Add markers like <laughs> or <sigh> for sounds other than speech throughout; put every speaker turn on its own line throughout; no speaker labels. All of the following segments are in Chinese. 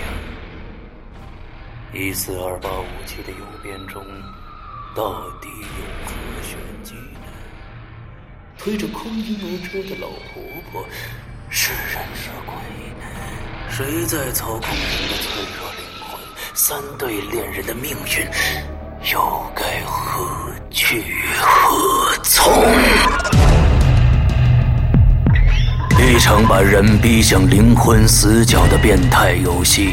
样。一四二八五七的右边中，到底有何玄机呢？推着空婴儿车的老婆婆是人是鬼呢？谁在操控人的脆弱灵魂？三对恋人的命运又该何去何从？一场把人逼向灵魂死角的变态游戏。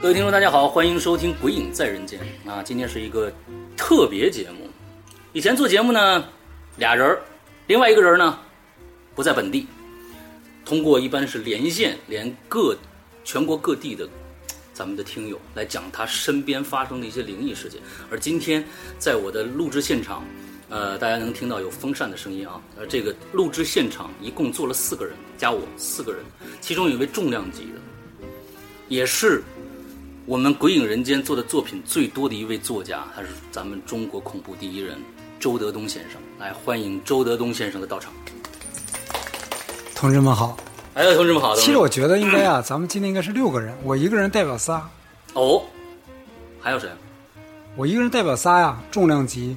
各位听众，大家好，欢迎收听《鬼影在人间》啊！今天是一个特别节目。以前做节目呢，俩人儿，另外一个人呢不在本地，通过一般是连线，连各全国各地的咱们的听友来讲他身边发生的一些灵异事件。而今天在我的录制现场，呃，大家能听到有风扇的声音啊。而这个录制现场一共坐了四个人，加我四个人，其中有一位重量级的，也是我们《鬼影人间》做的作品最多的一位作家，他是咱们中国恐怖第一人周德东先生。来，欢迎周德东先生的到场。
同志们好，
哎，同志们好。
其实我觉得应该啊， <clears throat> 咱们今天应该是六个人，我一个人代表仨，
哦，还有谁？
我一个人代表仨呀、重量级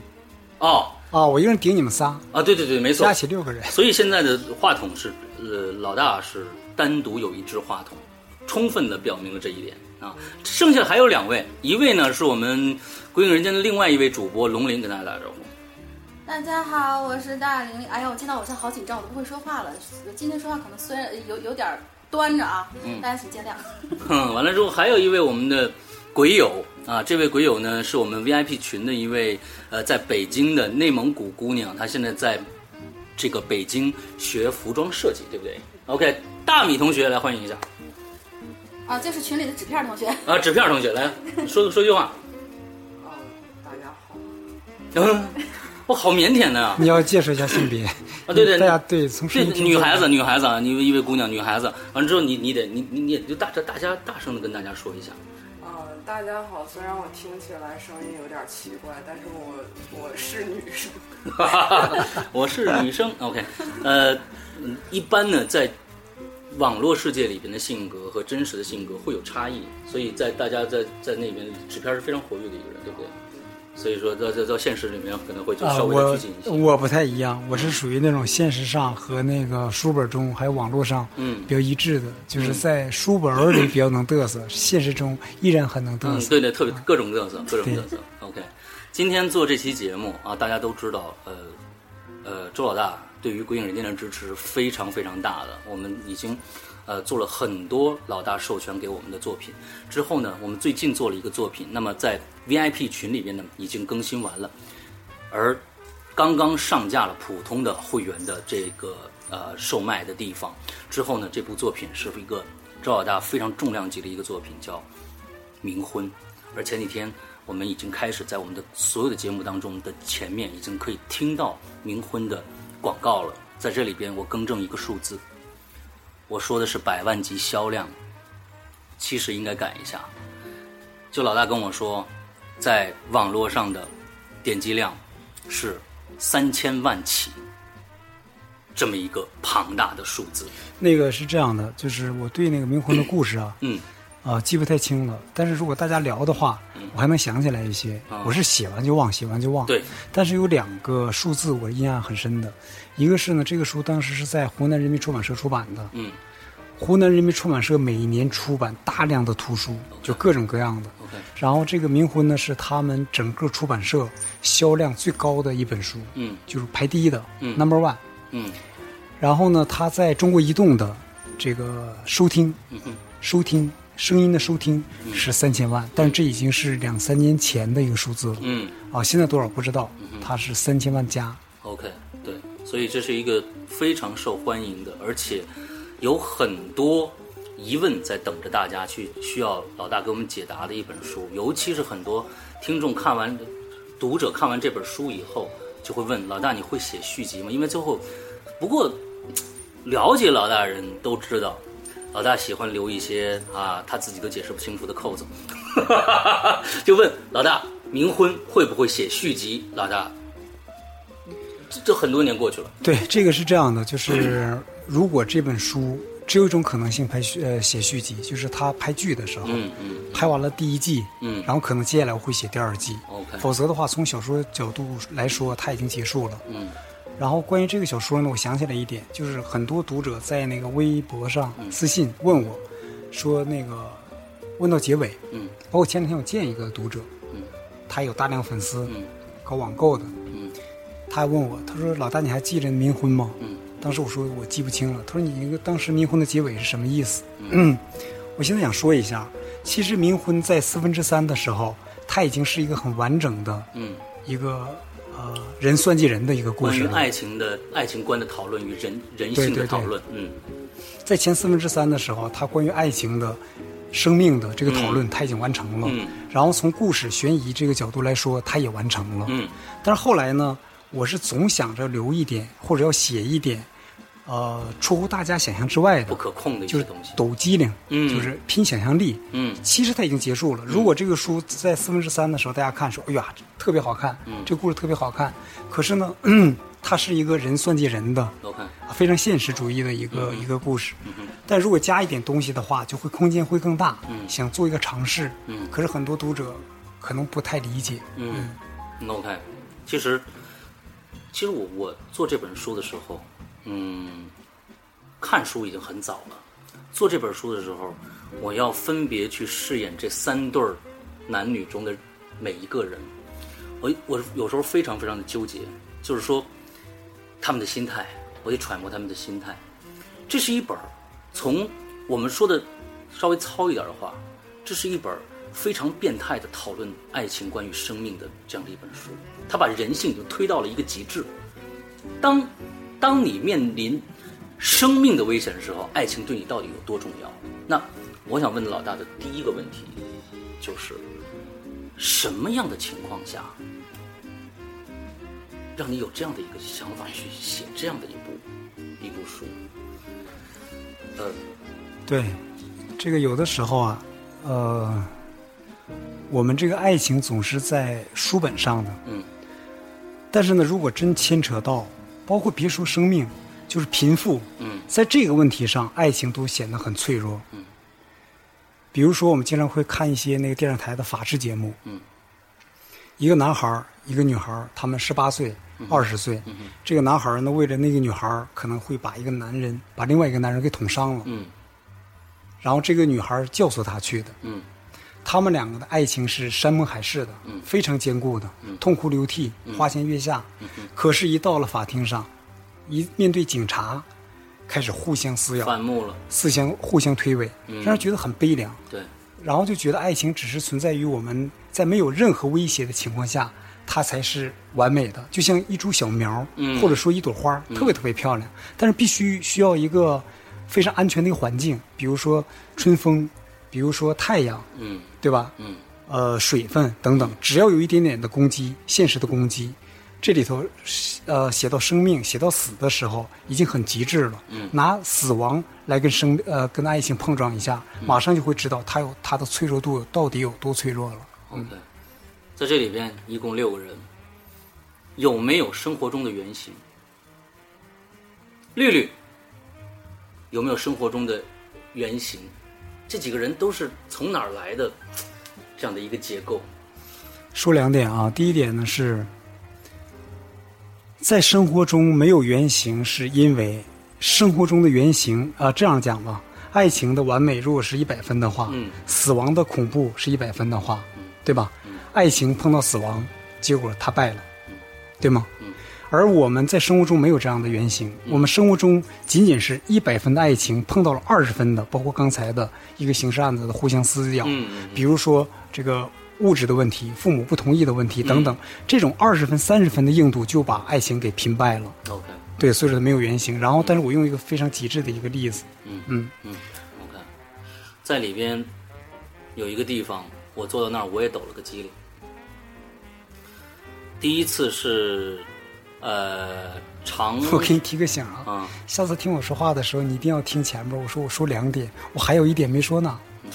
哦
啊，我一个人顶你们仨，
啊，对对对，没错
加。起六个人。 <laughs>
所以现在的话筒是，呃，老大是单独有一只话筒，充分的表明了这一点啊。剩下还有两位，一位呢是我们《鬼影人间》的另外一位主播龙鳞，跟大家打个招呼。
大家好，我是大玲玲。哎呀，我见到我现在好紧张，我都不会说话了。今天说话可能虽然有有点端着啊，大家请见谅。
哼，嗯完了之后还有一位我们的鬼友啊，这位鬼友呢是我们 VIP 群的一位呃，在北京的内蒙古姑娘，她现在在这个北京学服装设计，对不对？OK，大米同学来欢迎一下
啊，这是群里的纸片同学，
啊，纸片儿同学来说说句话。嗯，我好腼腆的
<laughs>
啊！
你要介绍一下性别啊？
啊，对对，
<laughs> 大家对从
这
声音听
女孩子，女孩子啊，你一位姑娘，女孩子，完了之后你你得你你你也就大大家大声的跟大家说一下，
啊，大家好，虽然我听起来声音有点奇怪，但是我我是女生。
<laughs> 我是女生，OK，呃，嗯一般呢，在网络世界里边的性格和真实的性格会有差异，所以在大家在在那边纸片是非常活跃的一个人，对不对？所以说到到到现实里面可能会就
啊，
稍微的
我
拘谨一些。
我不太一样，我是属于那种现实上和那个书本中还有网络上
嗯
比较一致的，就是在书本儿里比较能嘚瑟，现实中依然很能嘚
嗯，
瑟。
对对，特别各种嘚瑟，各种嘚瑟。OK，今天做这期节目啊，大家都知道，呃呃，周老大对于《鬼影人间》的支持非常非常大的，我们已经呃做了很多老大授权给我们的作品。之后呢，我们最近做了一个作品，那么在 VIP 群里面呢已经更新完了，而刚刚上架了普通的会员的这个呃售卖的地方之后呢，这部作品是一个周老大非常重量级的一个作品，叫冥婚。而前几天我们已经开始在我们的所有的节目当中的前面已经可以听到冥婚的广告了，在这里边我更正一个数字，我说的是百万级销量，其实应该改一下。就老大跟我说，在网络上的点击量是三千万起，这么一个庞大的数字。
那个是这样的，就是我对那个冥婚的故事啊，
嗯，
啊记不太清了。但是如果大家聊的话，我还能想起来一些。我是写完就忘，写完就忘。
啊对。
但是有两个数字我印象很深的，一个是呢，这个书当时是在湖南人民出版社出版的，
嗯，
湖南人民出版社每一年出版大量的图书，就各种各样的。
，OK，
然后这个《冥婚》呢，是他们整个出版社销量最高的一本书，
嗯
就是排第一的、
嗯
n u m b e r one。
嗯
然后呢，它在中国移动的这个收听、
嗯嗯
收听声音的收听是三千万，但是这已经是两三年前的一个数字了。
嗯
啊，现在多少不知道，它是三千万加。
，OK，对，所以这是一个非常受欢迎的，而且有很多疑问在等着大家去需要老大给我们解答的一本书，尤其是很多听众看完、读者看完这本书以后，就会问老大你会写续集吗？因为最后，不过了解老大的人都知道。老大喜欢留一些啊他自己都解释不清楚的扣子， <laughs> 就问老大冥婚会不会写续集？老大这这很多年过去了，
对，这个是这样的，就是
嗯
如果这本书只有一种可能性拍续呃写续集，就是他拍剧的时候，
嗯嗯
拍完了第一季，
嗯
然后可能接下来我会写第二季。
，OK，
否则的话，从小说角度来说，它已经结束了。
嗯
然后关于这个小说呢，我想起来一点，就是很多读者在那个微博上
嗯
私信问我，说那个问到结尾，
嗯
包括前两天我见一个读者，
嗯
他有大量粉丝，
嗯
搞网购的，
嗯
他还问我，他说老大你还记着冥婚吗？
嗯
当时我说我记不清了，他说你那个当时冥婚的结尾是什么意思？嗯， <clears throat> 我现在想说一下，其实冥婚在四分之三的时候，它已经是一个很完整的
嗯，
一个呃人算计人的一个故
关
事
于
了。
爱情的爱情观的讨论与人人性的
对对对
讨论，嗯
在前四分之三的时候，它关于爱情的、生命的这个讨论，它已经完成了。
嗯
然后从故事悬疑这个角度来说，它也完成了。
嗯
但是后来呢，我是总想着留一点，或者要写一点，呃，出乎大家想象之外
不
的，
可控的一
就
些
是
东西，
抖机灵，
嗯
就是拼想象力。
嗯
其实它已经结束了。如果这个书在四分之三的时候，大家看说，哎呀，特别好看，
嗯
这个故事特别好看。可是呢，嗯它是一个人算计人的，
，OK，
啊非常现实主义的一个、
嗯
一个故事。但如果加一点东西的话，就会空间会更大。想做一个尝试，
嗯
可是很多读者可能不太理解。
嗯，OK，其实其实我我做这本书的时候，嗯，看书已经很早了。做这本书的时候，我要分别去饰演这三对儿男女中的每一个人。我我有时候非常非常的纠结，就是说他们的心态，我得揣摩他们的心态。这是一本儿从我们说的稍微糙一点儿的话，这是一本儿非常变态的讨论爱情、关于生命的这样的一本书。它把人性已经推到了一个极致。当当你面临生命的危险的时候，爱情对你到底有多重要？那我想问老大的第一个问题就是：什么样的情况下，让你有这样的一个想法去写这样的一部一部书？呃，
对，这个有的时候啊，呃，我们这个爱情总是在书本上的，
嗯
但是呢，如果真牵扯到，包括别说生命，就是贫富，
嗯
在这个问题上，爱情都显得很脆弱。
嗯，
比如说，我们经常会看一些那个电视台的法制节目。
嗯，
一个男孩儿一个女孩儿，他们十八岁、
嗯
二十岁。这个男孩儿呢，为了那个女孩儿，可能会把一个男人，把另外一个男人给捅伤了。
嗯
然后这个女孩儿教唆他去的。
嗯
他们两个的爱情是山盟海誓的，非常坚固的，
嗯
痛哭流涕，花前月下。可是，一到了法庭上，一面对警察，开始互相撕咬，
反嗯目了，
互相互相推诿，让人觉得很悲凉。
对，
然后就觉得爱情只是存在于我们在没有任何威胁的情况下，它才是完美的，就像一株小苗，
嗯
或者说一朵花，特别特别漂亮。但是必须需要一个非常安全的一个环境，比如说春风，比如说太阳，
嗯
对吧？
嗯
呃，水分等等，只要有一点点的攻击，现实的攻击，这里头，呃，写到生命、写到死的时候，已经很极致了。
嗯
拿死亡来跟生，呃，跟爱情碰撞一下，
嗯
马上就会知道它有它的脆弱度到底有多脆弱了。
OK，在这里边一共六个人，有没有生活中的原型？绿绿有没有生活中的原型？这几个人都是从哪儿来的？这样的一个结构，
说两点啊，第一点呢是，在生活中没有原型，是因为生活中的原型啊、这样讲吧，爱情的完美如果是一百分的话，
嗯
死亡的恐怖是一百分的话，对吧？爱情碰到死亡，结果他败了，对吗？而我们在生活中没有这样的原型，
嗯
我们生活中仅仅是一百分的爱情碰到了二十分的，包括刚才的一个刑事案子的互相撕咬，
嗯嗯
比如说这个物质的问题、父母不同意的问题等等，
嗯
这种二十分、三十分的硬度就把爱情给拼败了。
，OK，
对，所以说它没有原型。然后，但是我用一个非常极致的一个例子，
嗯
嗯，
嗯，OK，在里边有一个地方，我坐到那儿我也抖了个机灵。第一次是，呃，长，
我给你提个醒啊，
啊，
下次听我说话的时候，你一定要听前面。我说我说两点，我还有一点没说呢。
嗯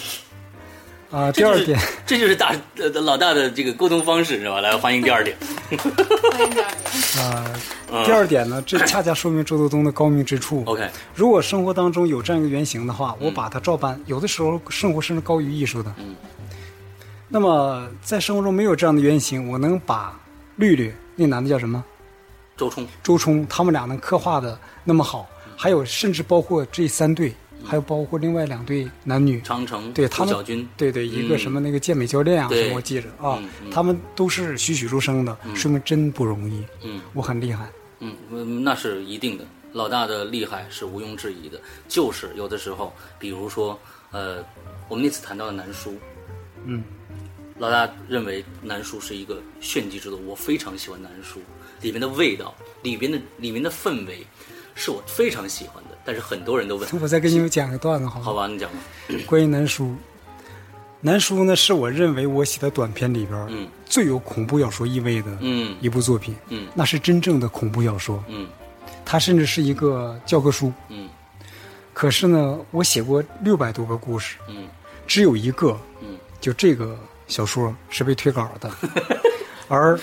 啊、第二点，
这就是大呃老大的这个沟通方式是吧？来，欢迎第
<laughs>
二点。
欢迎第二点。
啊、第二点呢，这恰恰说明周德东的高明之处。
嗯 OK，
如果生活当中有这样一个原型的话，我把它照搬，有的时候生活甚至高于艺术的。
嗯
那么在生活中没有这样的原型，我能把绿绿那男的叫什么
周冲，
周冲他们俩能刻画的那么好，还有甚至包括这三对，还有包括另外两对男女，
长城，
对
顾
他们
小军，
对对，一个
嗯
什么那个健美教练啊，
对
什么我记着啊
嗯嗯，
他们都是栩栩如生的，说明真不容易。
嗯
我很厉害，
嗯嗯，那是一定的。老大的厉害是毋庸置疑的，就是有的时候，比如说，呃，我们那次谈到的南叔，
嗯，
老大认为南叔是一个炫技之作，我非常喜欢南叔里面的味道，里边的里面的氛围，是我非常喜欢的。但是很多人都问，
我再给你们讲个段子好吗？
好吧，你讲吧，
关于南叔，南叔呢是我认为我写的短篇里边儿
嗯
最有恐怖小说意味的
嗯
一部作品。
嗯
那是真正的恐怖小说，
嗯
它甚至是一个教科书。
嗯
可是呢，我写过六百多个故事，
嗯
只有一个，
嗯
就这个小说是被退稿
<laughs>
的，而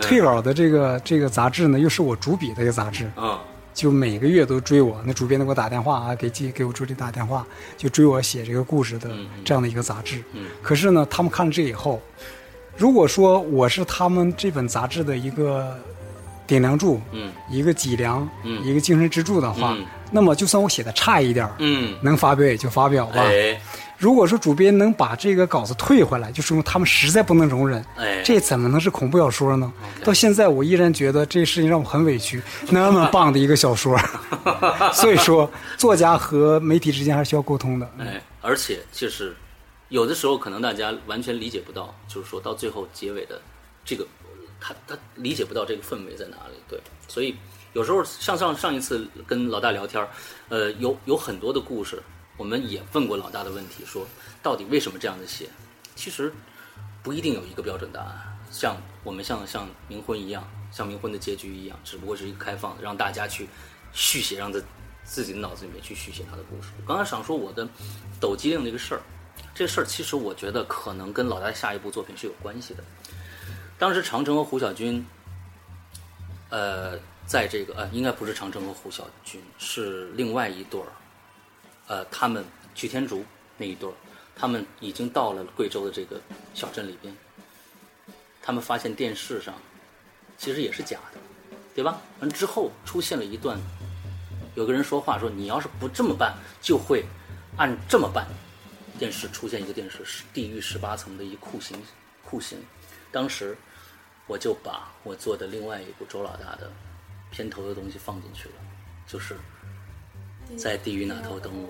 退稿的这个这个杂志呢，又是我主笔的一个杂志，
啊
就每个月都追我，那主编都给我打电话啊，给记给我助理打电话，就追我写这个故事的这样的一个杂志。
嗯
可是呢，他们看了这以后，如果说我是他们这本杂志的一个顶梁柱，
嗯
一个脊梁，
嗯
一个精神支柱的话，
嗯
那么就算我写的差一点儿，
嗯，
能发表也就发表吧。
哎
如果说主编能把这个稿子退回来，就说明他们实在不能容忍。
哎，
这怎么能是恐怖小说呢？到现在我依然觉得这事情让我很委屈。 <laughs> 那么棒的一个小说， <laughs> 所以说作家和媒体之间还是需要沟通的。
哎，而且就是有的时候可能大家完全理解不到，就是说到最后结尾的这个，他他理解不到这个氛围在哪里。对，所以有时候像上上一次跟老大聊天儿，呃，有有很多的故事，我们也问过老大的问题，说到底为什么这样的写？其实不一定有一个标准答案。像我们像像冥婚一样，像冥婚的结局一样，只不过是一个开放的，让大家去续写，让他自己的脑子里面去续写他的故事。我刚才想说我的抖机灵这个事儿，这事儿其实我觉得可能跟老大下一部作品是有关系的。当时长城和胡小军，呃，在这个呃，应该不是长城和胡小军，是另外一对儿，呃，他们曲天竺那一对儿，他们已经到了贵州的这个小镇里边，他们发现电视上其实也是假的，对吧？完之后出现了一段，有个人说话说：“你要是不这么办，就会按这么办。”电视出现一个电视是地狱十八层的一酷刑酷刑，当时我就把我做的另外一部周老大的片头的东西放进去了，就是在地狱那头等我。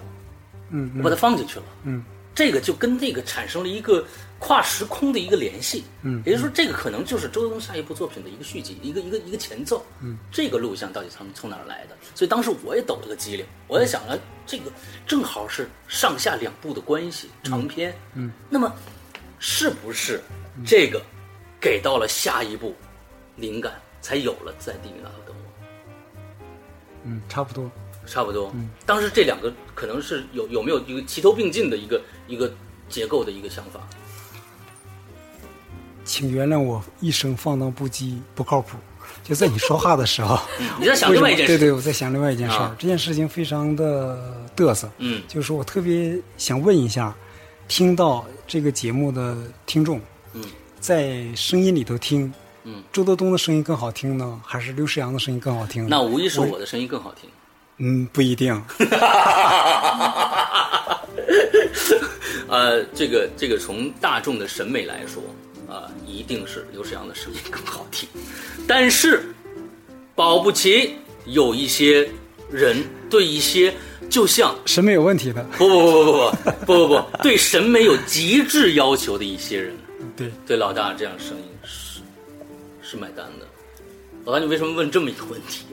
嗯
我把它放进去了。
嗯，
这个就跟那个产生了一个跨时空的一个联系。
嗯
也就是说，这个可能就是周冬下一部作品的一个续集，一个一个一个前奏。嗯，这个录像到底从从哪儿来的？所以当时我也抖了个机灵，我也想了，这个正好是上下两部的关系，长篇。嗯，那么是不是这个给到了下一部灵感？才有了在地狱那头等我。
嗯，差不多。
差不多。
嗯
当时这两个可能是有有没有一个齐头并进的一个一个结构的一个想法。
请原谅我一生放荡不羁、不靠谱。就在你说话的时候，
你在 <laughs> 想另外一件
对
事，
对，我在想另外一件事儿。
啊
这件事情非常的嘚瑟，
嗯
就是我特别想问一下，听到这个节目的听众，
嗯，
在声音里头听，
嗯，
周德东的声音更好听呢，还是刘诗阳的声音更好听呢？
那无疑是我的声音更好
<laughs>
听。
嗯，不一定。 <laughs>
呃，这个这个从大众的审美来说，啊、一定是刘诗阳的声音更好听，但是保不齐有一些人对一些就像
审美有问题的， <laughs>
不不不不不不不不不对审美有极致要求的一些人，
对，
对老大这样声音是是买单的。老大，你为什么问这么一个问题？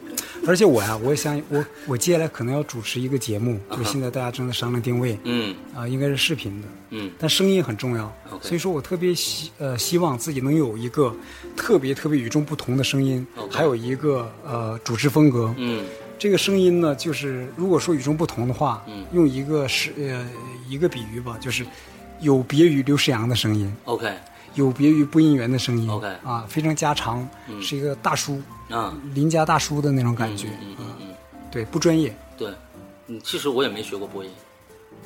而且我呀、我想我我接下来可能要主持一个节目，就是现在大家正在商量定位，
啊嗯
啊、应该是视频的，
嗯
但声音很重要
OK
所以说我特别希呃希望自己能有一个特别特别与众不同的声音
OK
还有一个呃主持风格。
嗯
这个声音呢，就是如果说与众不同的话，
嗯
用一个是呃一个比喻吧，就是有别于刘诗阳的声音，
，OK
有别于播音员的声音
OK
啊，非常家常，
嗯
是一个大叔
啊，
邻家大叔的那种感觉，啊
嗯嗯嗯嗯。
对，不专业。
对，嗯，其实我也没学过播音，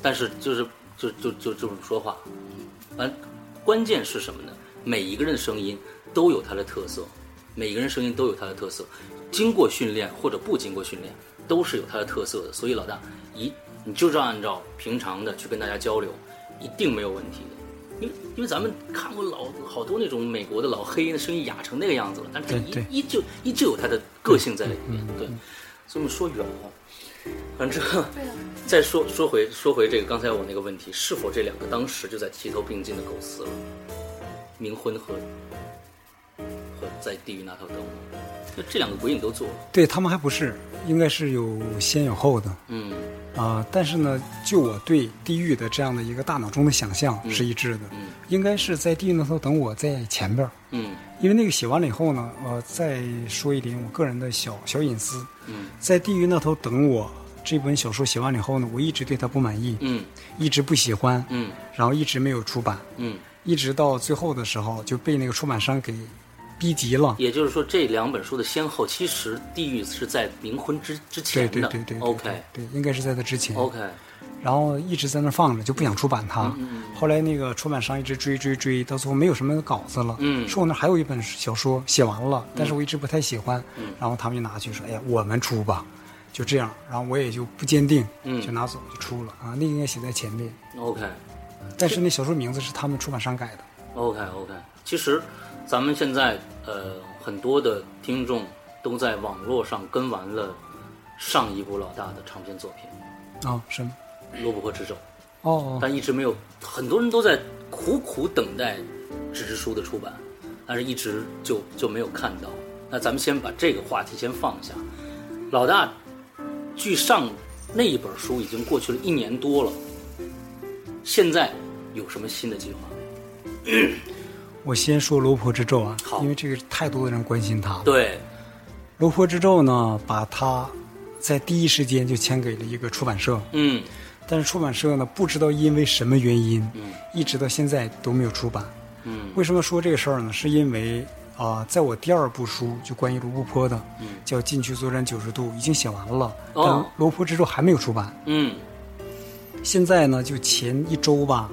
但是就是就就就就是说话，嗯，关键是什么呢？每一个人的声音都有它的特色，每一个人声音都有它的特色，经过训练或者不经过训练，都是有它的特色的。所以老大，一你就是按照平常的去跟大家交流，一定没有问题的。因为因为咱们看过老好多那种美国的老黑，那声音哑成那个样子了，但是他
对对嗯
依依旧依旧有他的个性在里面。对，所以我们说远了，反正这
对啊，
再说说回说回这个刚才我那个问题，是否这两个当时就在齐头并进的构思了？冥婚和和在地狱那头等我，就这两个鬼影都做了。
对他们还不是，应该是有先有后的
嗯
啊、但是呢，就我对地狱的这样的一个大脑中的想象
嗯
是一致的，
嗯
应该是在地狱那头等我在前边儿，
嗯
因为那个写完了以后呢，呃，再说一点我个人的小小隐私，
嗯
在地狱那头等我这本小说写完了以后呢，我一直对它不满意，
嗯
一直不喜欢，
嗯
然后一直没有出版，
嗯，
一直到最后的时候就被那个出版商给逼急了。
也就是说这两本书的先后，其实地狱是在冥婚之之
对
前
对
的。
对对
OK
对，应该是在他之前。
OK，
然后一直在那儿放着，就不想出版它。
嗯
后来那个出版商一直追追追，到最后没有什么稿子了。
嗯
说我那儿还有一本小说写完了，但是我一直不太喜欢。
嗯
然后他们就拿去说：“哎呀，我们出吧。”就这样，然后我也就不坚定，
嗯
就拿走就出了啊。那个应该写在前面，
OK
但是那小说名字是他们出版商改的。
OK OK，其实咱们现在呃很多的听众都在网络上跟完了上一部老大的长篇作品
啊、什么？
《罗伯和之手》，
哦哦，
但一直没有，很多人都在苦苦等待纸质书的出版，但是一直就就没有看到。那咱们先把这个话题先放下。老大，距上那一本书已经过去了一年多了，现在有什么新的计划？
我先说《罗婆之咒》啊
好，
因为这个太多的人关心它了。
对，
《罗婆之咒》呢，把它在第一时间就签给了一个出版社。
嗯
但是出版社呢，不知道因为什么原因，
嗯
一直到现在都没有出版。
嗯
为什么说这个事儿呢？是因为啊、在我第二部书就关于罗布泊的，
嗯
叫《禁区作战九十度》，已经写完了，
哦
但罗布泊之咒还没有出版。
嗯
现在呢，就前一周吧，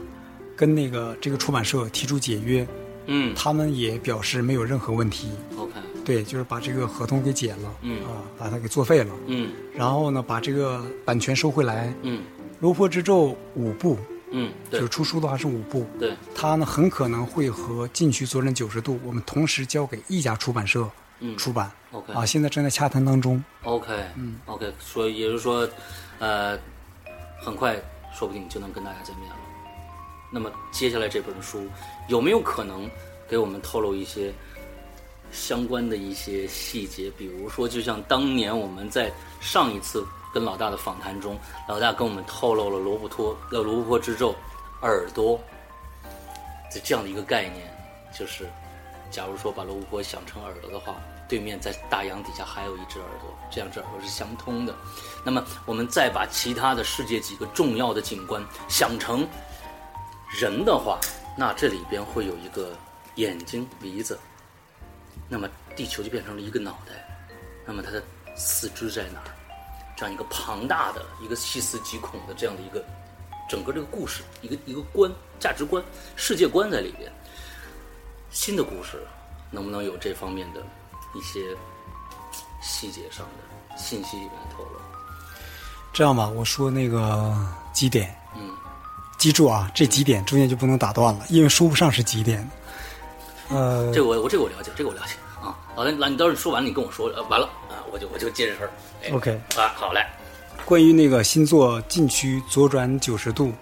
跟那个这个出版社提出解约，
嗯
他们也表示没有任何问题。
，OK，
对，就是把这个合同给解了，
嗯
啊、把它给作废了，
嗯
然后呢，把这个版权收回来。
嗯
罗布泊之咒五部，
嗯，对
就是出书的话是五部，
对，
它呢很可能会和《禁区作战九十度》我们同时交给一家出版社
嗯
出版，
，OK
啊，现在正在洽谈当中。
OK，嗯，OK，所以也就是说，呃，很快说不定就能跟大家见面了。那么接下来这本书有没有可能给我们透露一些相关的一些细节？比如说，就像当年我们在上一次跟老大的访谈中，老大跟我们透露了罗布托呃罗布泊之咒耳朵的这样的一个概念，就是假如说把罗布泊想成耳朵的话，对面在大洋底下还有一只耳朵，这两只耳朵是相通的。那么我们再把其他的世界几个重要的景观想成人的话，那这里边会有一个眼睛、鼻子，那么地球就变成了一个脑袋。那么它的四肢在哪儿？这样一个庞大的、一个细思极恐的这样的一个整个这个故事，一个一个观、价值观、世界观在里边。新的故事能不能有这方面的一些细节上的信息里面透露？
这样吧，我说那个几点，
嗯，
记住啊，这几点中间就不能打断了，因为说不上是几点。呃，
这个我我这个我了解，这个我了解啊。好的，那你到时候说完了，你跟我说，呃、完了啊，我就我就接着说。哎
OK
啊，好嘞，
关于那个新作禁区左转九十度，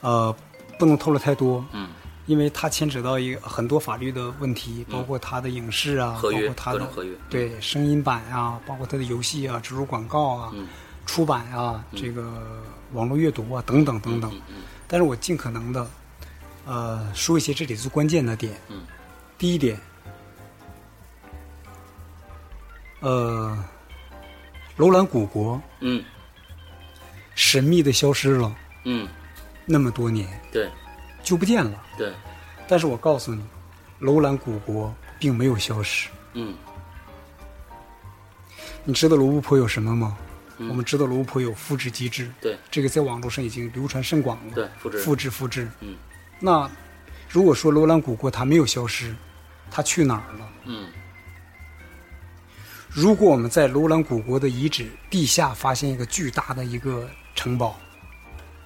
呃，不能透露太多，
嗯，
因为它牵扯到一个很多法律的问题，包括它的影视啊，
合约
包括它
各
的
种合约嗯
对声音版啊，包括它的游戏啊、植入广告啊、
嗯
出版啊、这个网络阅读啊等等等等。
嗯嗯
但是我尽可能的，呃，说一些这里最关键的点。
嗯，
第一点，呃，楼兰古国
嗯
神秘的消失了
嗯，
那么多年，
对
就不见了。
对，
但是我告诉你，楼兰古国并没有消失。
嗯
你知道罗布泊有什么吗？我们知道罗布泊有复制机制，
嗯对
这个在网络上已经流传甚广了。
对，复制人
复制复制。
嗯，
那如果说楼兰古国它没有消失，它去哪儿了？
嗯
如果我们在楼兰古国的遗址地下发现一个巨大的一个城堡，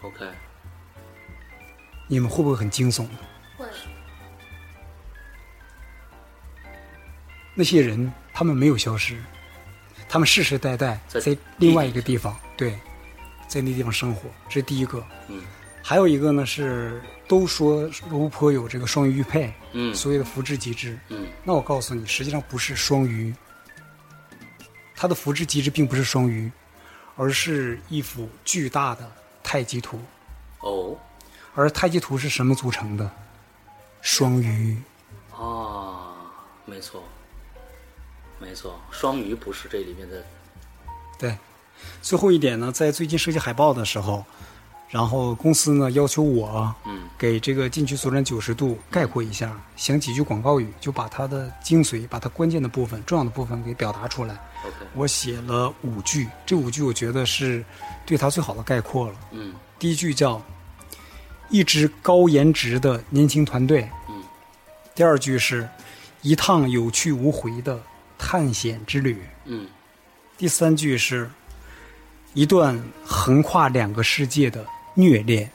，OK，
你们会不会很惊悚？
会
那些人他们没有消失，他们世世代代
在
在另外一个地方，对，在那地方生活，这是第一个。
嗯
还有一个呢是，都说罗布泊有这个双鱼玉佩，
嗯
所谓的福制机制。
嗯
那我告诉你，实际上不是双鱼，它的复制机制并不是双鱼，而是一幅巨大的太极图。
哦
而太极图是什么组成的？双鱼。
啊，没错没错，双鱼不是这里面的
对。最后一点呢，在最近设计海报的时候，然后公司呢要求我
嗯
给这个禁区左转九十度概括一下，想几句广告语，就把它的精髓、把它关键的部分、重要的部分给表达出来。
OK，
我写了五句，这五句我觉得是对它最好的概括了。
嗯
第一句叫“一支高颜值的年轻团队”，
嗯，
第二句是“一趟有去无回的探险之旅
嗯”，
第三句是“一段横跨两个世界的虐恋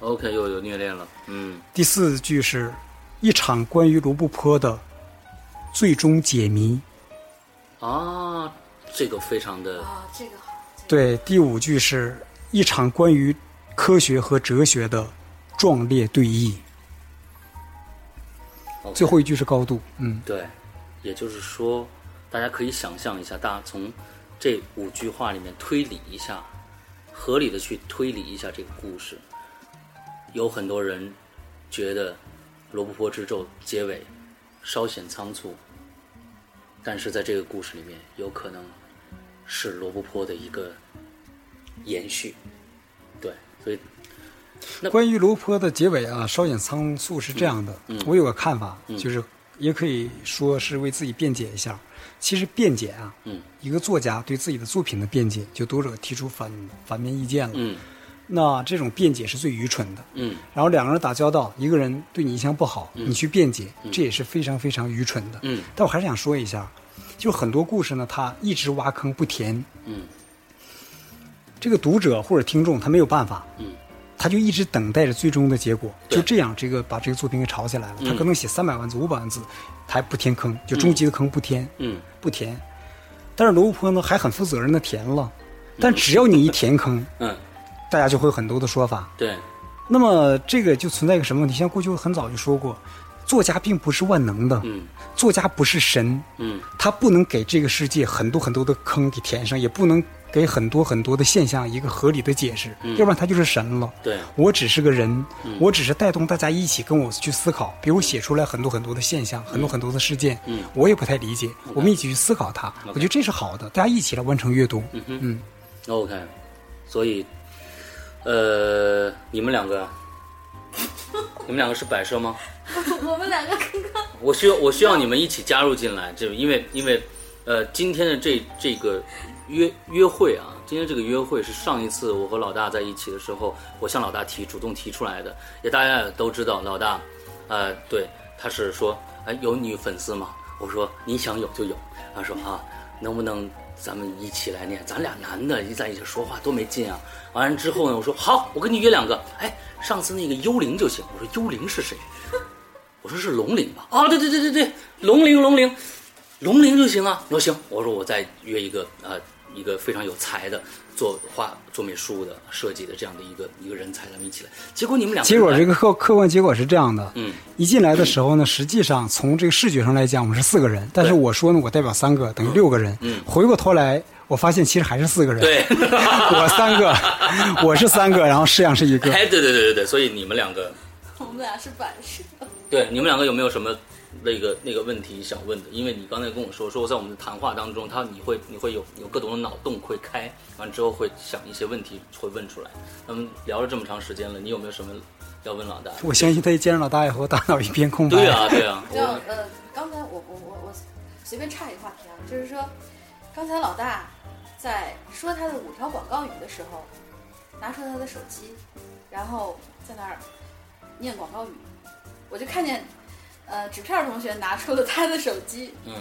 ，OK 又有虐恋了，嗯”，
第四句是“一场关于罗布泊的最终解谜
啊，这个非常的
啊，这个好，”，
对，第五句是“一场关于科学和哲学的壮烈对弈”，
OK
最后一句是高度，嗯。
对，也就是说，大家可以想象一下，大家从这五句话里面推理一下，合理的去推理一下这个故事。有很多人觉得《罗布泊之咒》结尾稍显仓促，但是在这个故事里面，有可能是罗布泊的一个延续。对，所以
关于罗坡的结尾啊，稍显仓促是这样的，
嗯
我有个看法，就是也可以说是为自己辩解一下。其实辩解啊，
嗯
一个作家对自己的作品的辩解，就读者提出反反面意见了。
嗯
那这种辩解是最愚蠢的。
嗯
然后两个人打交道，一个人对你印象不好，你去辩解，这也是非常非常愚蠢的。
嗯
但我还是想说一下，就很多故事呢，它一直挖坑不填，
嗯
这个读者或者听众他没有办法，
嗯，
他就一直等待着最终的结果，
对嗯
就这样，这个把这个作品给炒起来了。他可能写三百万字、五百万字，他还不填坑，就终极的坑不填，
嗯
不填。但是罗布泊呢，还很负责任的填了，但只要你一填坑，
嗯，
大家就会有很多的说法。
对，
那么这个就存在一个什么问题？像过去我很早就说过，作家并不是万能的，
嗯
作家不是神，
嗯
他不能给这个世界很多很多的坑给填上，也不能给很多很多的现象一个合理的解释，要不然他就是神了。
嗯对，嗯
我只是个人，我只是带动大家一起跟我去思考，比如写出来很多很多的现
嗯
象，很多很多的事件，我也不太理解，我们一起去思考它，我觉得这是好的，大家一起来完成阅读。嗯
，OK，所以，呃，你们两个，你们两个是摆设吗？
<laughs> 我们两个刚刚，
我需要我需要你们一起加入进来，就因为因为，呃，今天的这这个约约会啊，今天这个约会是上一次我和老大在一起的时候，我向老大提主动提出来的，也大家也都知道，老大，呃，对，他是说，哎，有女粉丝吗？我说你想有就有，他说啊，能不能咱们一起来念？咱俩男的一在一起说话多没劲啊！完了之后呢，我说好，我跟你约两个，哎，上次那个幽灵就行，我说幽灵是谁？我说是龙鳞吧？啊，对对对对对，龙鳞龙鳞，龙鳞就行啊。我说行，我说我再约一个呃一个非常有才的做画做美术的设计的这样的一个一个人才，咱们一起来。结果你们俩
结果这个客客观结果是这样的，
嗯，
一进来的时候呢，实际上从这个视觉上来讲，我们是四个人，但是我说呢，我代表三个，等于六个人。
嗯
回过头来，我发现其实还是四个人。
对
<laughs> 我三个，我是三个，然后师阳是一个。
<laughs> 哎对对对对对，所以你们两个
<laughs> 我们俩是摆设。
对你们两个有没有什么那个那个问题想问的？因为你刚才跟我说说在我们的谈话当中，他你会你会有有各种的脑洞会开，完之后会想一些问题会问出来。那么聊了这么长时间了，你有没有什么要问老大？
我相信他一见着老大以后，大脑一片空白。
对啊，对啊，
就
我
呃，刚才我我我我随便岔一个话题啊，就是说，刚才老大在说他的五条广告语的时候，拿出他的手机，然后在那儿念广告语，我就看见呃纸片儿同学拿出了他的手机，
嗯，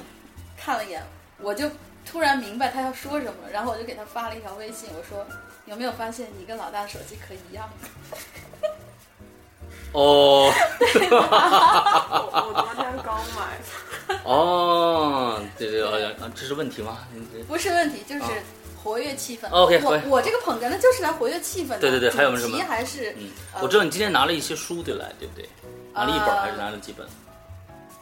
看了一眼，我就突然明白他要说什么，然后我就给他发了一条微信，我说有没有发现你跟老大的手机可一样？
哦。
我我昨天刚买的，
哦，对对，好像啊，这是问题吗？嗯对
不是问题，就是
啊
活跃气氛。
OK，活跃
我我这个捧哏的就是来活跃气氛的。
对对对还有什
主
么
题还是
嗯，
呃
我知道你今天拿了一些书对来，对不对？拿了一本还是拿了几本？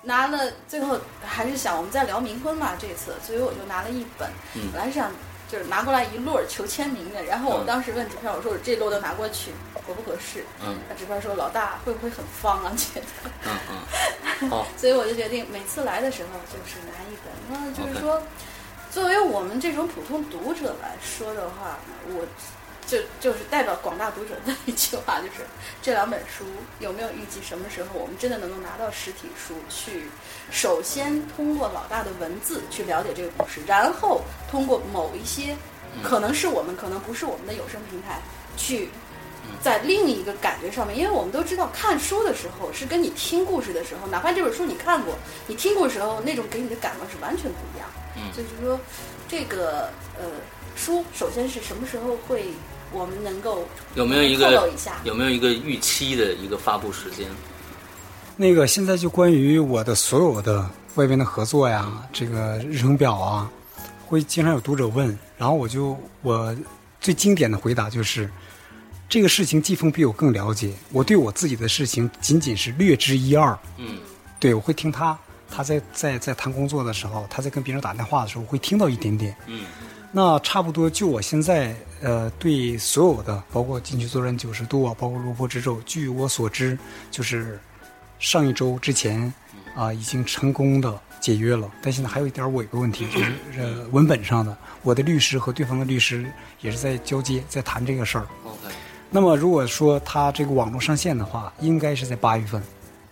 拿了，最后还是想我们在聊冥婚嘛，这次，所以我就拿了一本，
嗯
本来是想就是拿过来一摞求签名的，然后我
嗯
当时问纸片，我说我这摞都拿过去合不合适？
嗯
那纸片说老大会不会很方啊？ <laughs> 觉得，
嗯嗯，好，
所以我就决定每次来的时候就是拿一本，那就是
OK
说，作为我们这种普通读者来说的话，我就就是代表广大读者问一句话，就是这两本书有没有预计什么时候我们真的能够拿到实体书去？首先通过老大的文字去了解这个故事，然后通过某一些可能是我们，可能不是我们的有声平台去。在另一个感觉上面，因为我们都知道，看书的时候是跟你听故事的时候，哪怕这本书你看过，你听故事时候那种给你的感官是完全不一样。
嗯
就是说，这个呃，书首先是什么时候会我们能够
有没有一
透露
个
一下？
有没有一个预期的一个发布时间？
那个现在就关于我的所有的外边的合作呀，这个日程表啊，会经常有读者问，然后我就我最经典的回答就是，这个事情季风比我更了解，我对我自己的事情仅仅是略知一二，
嗯
对我会听他，他在在在谈工作的时候，他在跟别人打电话的时候，我会听到一点点，
嗯
那差不多就我现在呃对所有的，包括进去作战九十度啊，包括落魄之咒，据我所知，就是上一周之前啊、已经成功的解约了，但现在还有一点儿我有个问题，就是呃文本上的，我的律师和对方的律师也是在交接，在谈这个事儿。
，OK，
那么如果说他这个网络上线的话，应该是在八月份，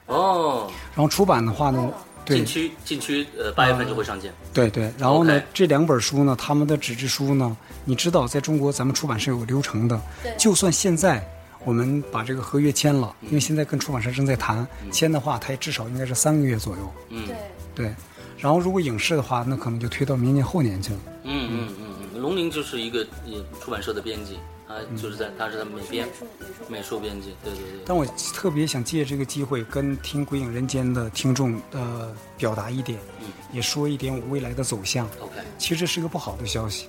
哦，
然后出版的话呢，对啊
禁区禁区，呃，八月份就会上线。
对对，然后呢
OK
这两本书呢，他们的纸质书呢，你知道，在中国咱们出版是有个流程的
对，
就算现在我们把这个合约签了，因为现在跟出版社正在谈，签的话，它也至少应该是三个月左右，
嗯
对，
对。然后如果影视的话，那可能就推到明年后年去了。
嗯嗯嗯嗯，龙鳞就是一个呃出版社的编辑，他
嗯
就是在他是他们美
是美
编
术美术
美术编辑，对对对，
但我特别想借这个机会跟听《鬼影人间》的听众呃表达一点，
嗯
也说一点我未来的走向。
，OK，
其实这是一个不好的消息，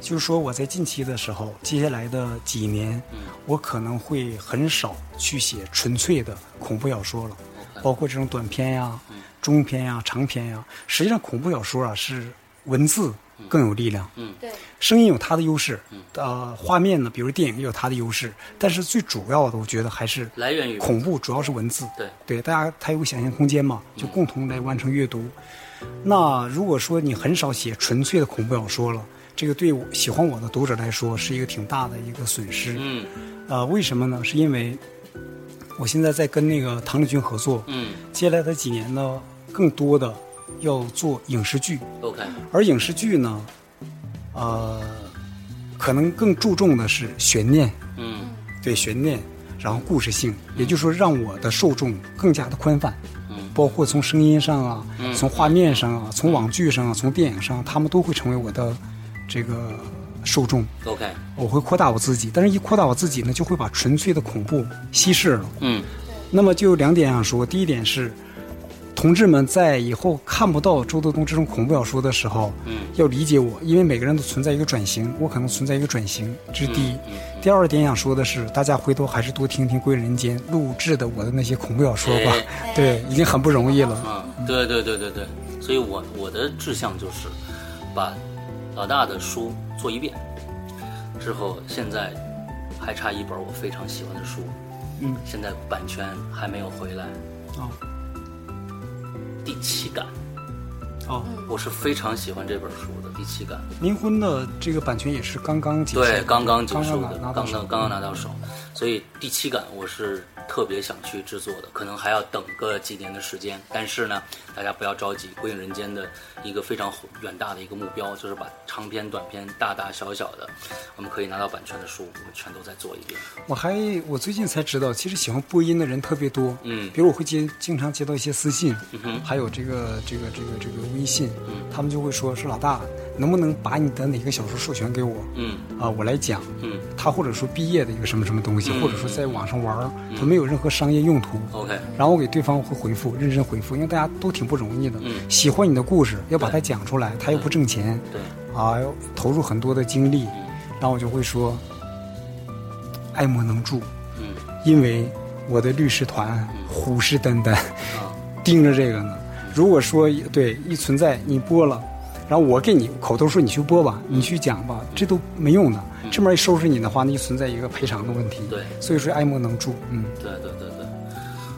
就是说我在近期的时候，接下来的几年，
嗯
我可能会很少去写纯粹的恐怖小说了，包括这
嗯
种短篇呀、中篇呀、长篇呀。实际上，恐怖小说啊是文字更有力量。
嗯，
对，
声音有它的优势，呃，画面呢，比如电影也有它的优势，但是最主要的，我觉得还是
来源于
恐怖，主要是文字。
对嗯
对，大家它有个想象空间嘛，就共同来完成阅读。那如果说你很少写纯粹的恐怖小说了，这个对我喜欢我的读者来说是一个挺大的一个损失。
嗯
呃，为什么呢？是因为我现在在跟那个唐丽君合作，
嗯
接下来的几年呢，更多的要做影视剧，
，OK，
而影视剧呢，呃，可能更注重的是悬念，
嗯
对悬念，然后故事性，也就是说让我的受众更加的宽泛，
嗯
包括从声音上啊，从画面上啊，从网剧上啊，从电影上，他们都会成为我的这个受众。
，OK，
我会扩大我自己，但是一扩大我自己呢，就会把纯粹的恐怖稀释了。
嗯
那么就有两点想说，第一点是，同志们在以后看不到周德东这种恐怖小说的时候，
嗯，
要理解我，因为每个人都存在一个转型，我可能存在一个转型，这是第一。
嗯嗯
第二点想说的是，大家回头还是多听听《归人间》录制的我的那些恐怖小说吧，
哎
对，已经很不容易了。
啊，对对对对对，所以我我的志向就是把老大的书做一遍，之后现在还差一本我非常喜欢的书，
嗯，
现在版权还没有回来，
哦
第七感，
哦，
我是非常喜欢这本书的，第七感，
冥婚的这个版权也是刚刚结束的，
对，刚刚结束
刚
的，
刚拿
刚
拿到
刚
手
刚刚拿到手，所以第七感我是特别想去制作的，可能还要等个几年的时间。但是呢，大家不要着急，《归隐人间》的一个非常远大的一个目标，就是把长篇、短篇、大大小小的，我们可以拿到版权的书，我们全都再做一遍。
我还我最近才知道，其实喜欢播音的人特别多。
嗯
比如我会接经常接到一些私信，
哼
还有这个这个这个这个微信，
嗯
他们就会说说老大，能不能把你的哪个小说授权给我
嗯
啊、我来讲。
嗯
他或者说毕业的一个什么什么东西，
嗯哦
或者说在网上玩儿，他没有任何商业用途。
，OK，
然后我给对方会回复，认真回复，因为大家都挺不容易的。
嗯
喜欢你的故事，要把它
对
讲出来，他又不挣钱，
对，
啊，要投入很多的精力，
嗯
然后我就会说，爱莫能助，
嗯
因为我的律师团虎视眈眈
啊，嗯
盯着这个呢。如果说对一存在你播了，然后我给你口头说你去播吧，
嗯
你去讲吧，这都没用的。这面一收拾你的话，那就存在一个赔偿的问题。
对
所以说爱莫能助。嗯，
对对对对，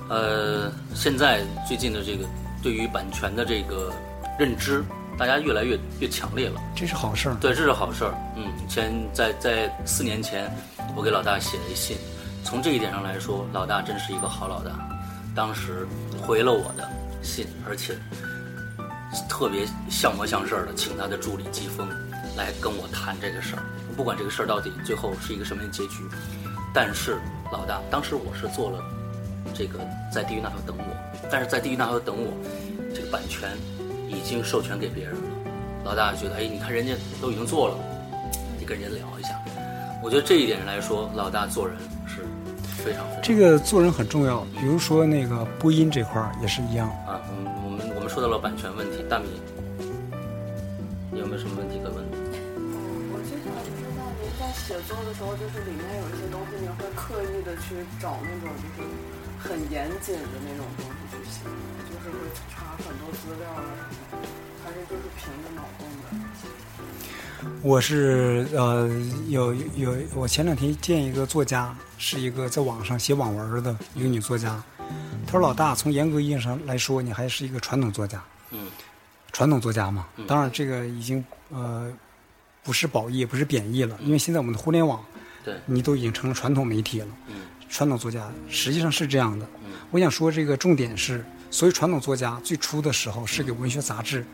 呃，现在最近的这个对于版权的这个认知，大家越来越越强烈了。
这是好事儿。
对，这是好事儿。嗯，以前在在四年前，我给老大写了一信，从这一点上来说，老大真是一个好老大，当时回了我的信，而且特别像模像式儿的，请他的助理季风来跟我谈这个事儿，不管这个事儿到底最后是一个什么样的结局，但是老大，当时我是做了这个在地狱那头等我，但是在地狱那头等我，这个版权已经授权给别人了。老大觉得，哎，你看人家都已经做了，哎你跟人家聊一下。我觉得这一点上来说，老大做人是非常非常
这个做人很重要，比如说那个播音这块儿也是一样。
啊。我们我们我们说到了版权问题，大米，你有没有什么问题可问？
嗯我就想知道您在写作的时候，就是里面有一些东西，你会刻意的去找那种就是很严谨的那种东西去写，就是会查很多资料啊什么的，还是就是凭着脑洞的？
我是呃有有我前两天见一个作家，是一个在网上写网文的一个女作家，她说老大，从严格意义上来说，你还是一个传统作家，
嗯
传统作家嘛。当然这个已经呃不是褒义，不是贬义了，因为现在我们的互联网
嗯对，
你都已经成了传统媒体了。
嗯
传统作家实际上是这样的
嗯。
我想说这个重点是，所以传统作家最初的时候是给文学杂志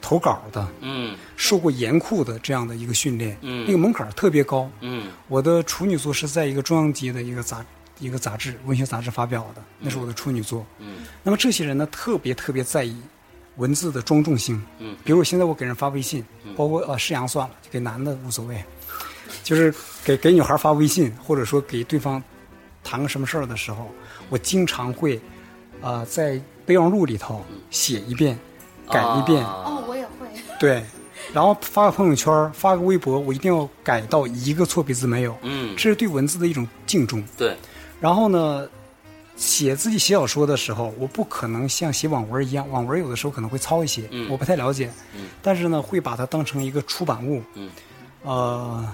投稿的。
嗯
受过严酷的这样的一个训练，
嗯
那个门槛儿特别高。
嗯
我的处女作是在一个中央级的一个杂一个杂志文学杂志发表的，那是我的处女作。
嗯
那么这些人呢，特别特别在意文字的庄重性。
嗯
比如我现在我给人发微信，包括呃释阳算了，给男的无所谓， <laughs> 就是给给女孩发微信，或者说给对方谈个什么事儿的时候，
嗯
我经常会呃在备忘录里头写一遍，改一遍。
嗯啊
哦，我也会，
对，然后发个朋友圈，发个微博，我一定要改到一个错别字没有，
嗯
这是对文字的一种敬重。
对，
然后呢，写自己写小说的时候，我不可能像写网文一样，网文有的时候可能会糙一些，
嗯
我不太了解，
嗯
但是呢，会把它当成一个出版物，
嗯
呃，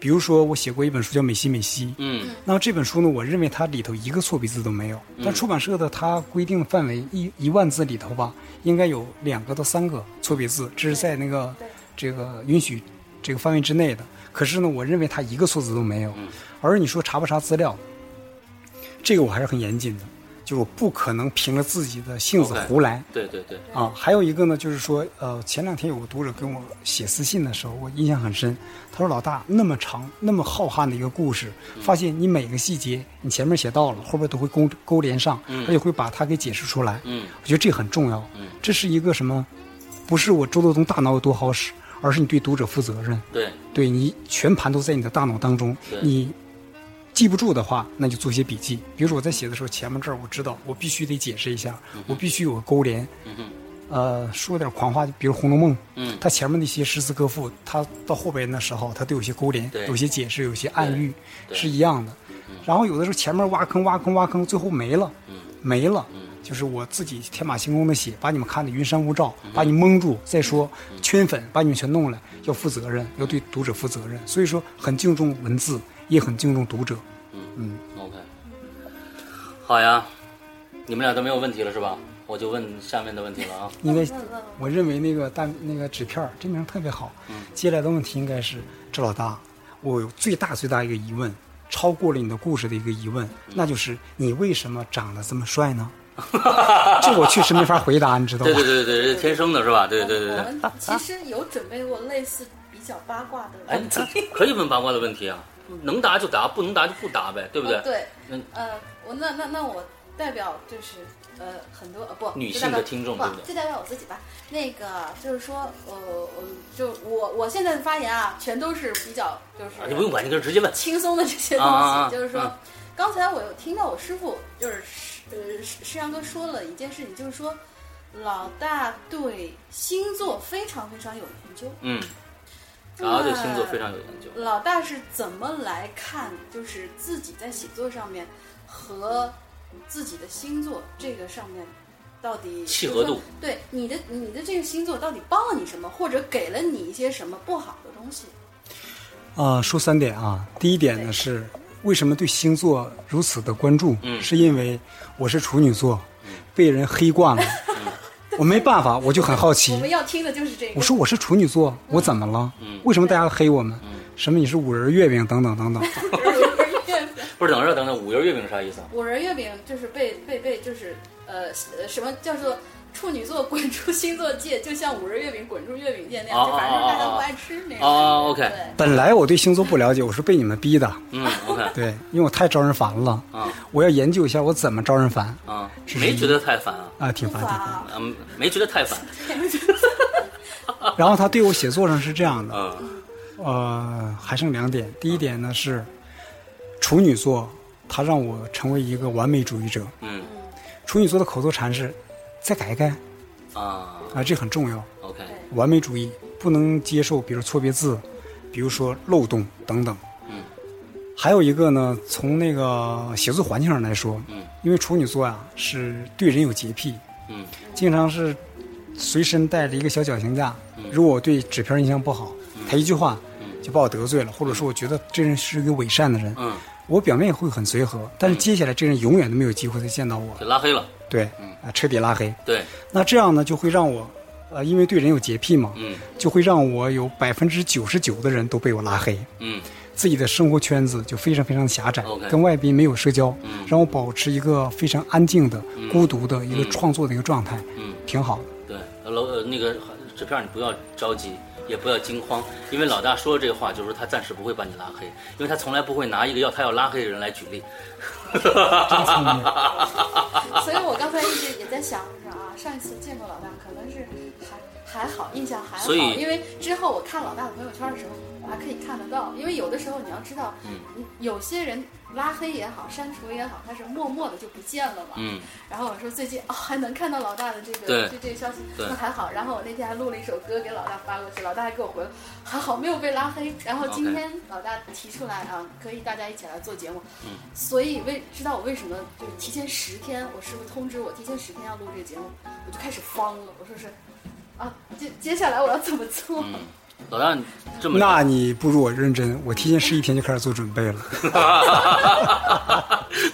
比如说我写过一本书叫《美西美西》，
嗯
那么这本书呢，我认为它里头一个错别字都没有，但出版社的它规定的范围一一万字里头吧，应该有两个到三个错别字，这是在那个这个允许这个范围之内的。可是呢，我认为它一个错字都没有。而你说查不查资料，这个我还是很严谨的，就是我不可能凭着自己的性子
OK
胡来。
对对对，
啊，还有一个呢，就是说，呃，前两天有个读者跟我写私信的时候，我印象很深。他说：“老大，那么长、那么浩瀚的一个故事，发现你每个细节，你前面写到了，后边都会勾勾连上，而且会把它给解释出来。
嗯
我觉得这很重要。这是一个什么？不是我周德东大脑有多好使，而是你对读者负责任，
对
对你全盘都在你的大脑当中
对。
你记不住的话，那就做些笔记。比如说我在写的时候，前面这儿我知道，我必须得解释一下，我必须有个勾连。
嗯哼
呃，说点狂话，比如《红楼梦》，
嗯
它前面那些诗词歌赋，它到后边的时候，它都有些勾连
对，
有些解释，有些暗喻，
对嗯
是一样的。然后有的时候前面挖坑挖坑挖坑，最后没了，没了，就是我自己天马行空的写，把你们看得云山雾罩，把你蒙住，再说圈粉，把你们全弄来，要负责任，要对读者负责任。所以说，很敬重文字，也很敬重读者。
嗯，OK，好呀，你们俩都没有问题了是吧？我就问下面的问题了
<laughs>
啊。
应该，我认为那个大那个纸片儿这名儿特别好。接下来的问题应该是：这老大，我有最大最大一个疑问，超过了你的故事的一个疑问，那就是你为什么长得这么帅呢？这我确实没法回答，你知道吧
对？对对对，这天生的是吧？对对对
我
对，
们其实有准备过类似比较八卦的
哎，
问题，
这可以问八卦的问题啊，能答就答，不能答就不答呗，对不对？
哦对
嗯，
呃，我那那那我代表就是呃很多呃不
女
就
性的
代表
听众
不
对不对
就代表我自己吧。那个就是说，呃，我就我我现在的发言啊，全都是比较就是
啊，你不用管，你就直接问。
轻松的这些东西，
啊啊啊
就是说，
嗯
刚才我有听到我师傅就是师呃师师阳哥说了一件事情，就是说老大对星座非常非常有研究。
嗯，然啊后对星座非常有研究。
老大是怎么来看，就是自己在写作上面和自己的星座这个上面到底
契合度？
对你的你的这个星座到底帮了你什么，或者给了你一些什么不好的东西？
啊，说三点啊。第一点呢是，为什么对星座如此的关注？
嗯
是因为我是处女座，被人黑惯了，
嗯
我没办法，我就很好奇。
我们要听的就是这个。
我说我是处女座，我怎么了？
嗯
为什么大家黑我们？什么你是五仁月饼等等等等。
嗯不是，等着等着，五仁月饼是啥意思
<laughs>
啊？
五仁月饼就是被被被就是呃呃什么叫做处女座滚出星座界，就像五仁月饼滚出月饼界那样，就反正大家都不爱吃那种。
啊，OK，
对，
本来我对星座不了解，我是被你们逼的，
嗯，OK，
<laughs> 对，因为我太招人烦了。
啊
我要研究一下我怎么招人烦
啊，没觉得太烦啊，
啊，挺烦挺烦。
哇，
嗯，没觉得太烦，
然后他对我写作上是这样的，
嗯
呃，还剩两点。第一点呢是处女座，他让我成为一个完美主义者。
嗯
处女座的口头禅是“再改一改”
啊
啊，这很重要。
，OK，
完美主义，不能接受，比如错别字，比如说漏洞等等。
嗯，
还有一个呢，从那个写作环境上来说，
嗯，
因为处女座啊是对人有洁癖，
嗯
经常是随身带着一个小绞刑架。如果我对纸片印象不好，他一句话就把我得罪了，或者说我觉得这人是一个伪善的人，
嗯，
我表面会很随和，但是接下来这人永远都没有机会再见到我
给，拉黑了，
对，啊，彻底拉黑。
对，
那这样呢，就会让我，呃，因为对人有洁癖嘛，
嗯
就会让我有百分之九十九的人都被我拉黑，
嗯
自己的生活圈子就非常非常狭窄
OK
跟外边没有社交，
嗯
让我保持一个非常安静的、孤独的一个创作的一个状态，
嗯，
挺好的。
对，老呃那个纸片儿你不要着急，也不要惊慌，因为老大说这话就是他暂时不会把你拉黑，因为他从来不会拿一个要他要拉黑的人来举例，
聪明
<laughs>
所以我刚才一直也在想着啊，上一次见过老大，可能是还还好，印象还好，
所以
因为之后
嗯
啊我看老大的朋友圈的时候，我还可以看得到，因为有的时候你要知道，有些人拉黑也好，删除也好，它是默默的就不见了嘛。
嗯，
然后我说最近哦还能看到老大的这
对
个这这消息，
对
那还好。然后我那天还录了一首歌给老大发过去，老大还给我回了，还好没有被拉黑。然后今
OK
天老大提出来啊，可以大家一起来做节目。
嗯，
所以为知道我为什么就是提前十天，我师傅通知我提前十天要录这个节目，我就开始慌了，我说是啊，接接下来我要怎么做？
嗯，老大你这么
那你不如我认真，我提前十一天就开始做准备
<laughs>
了。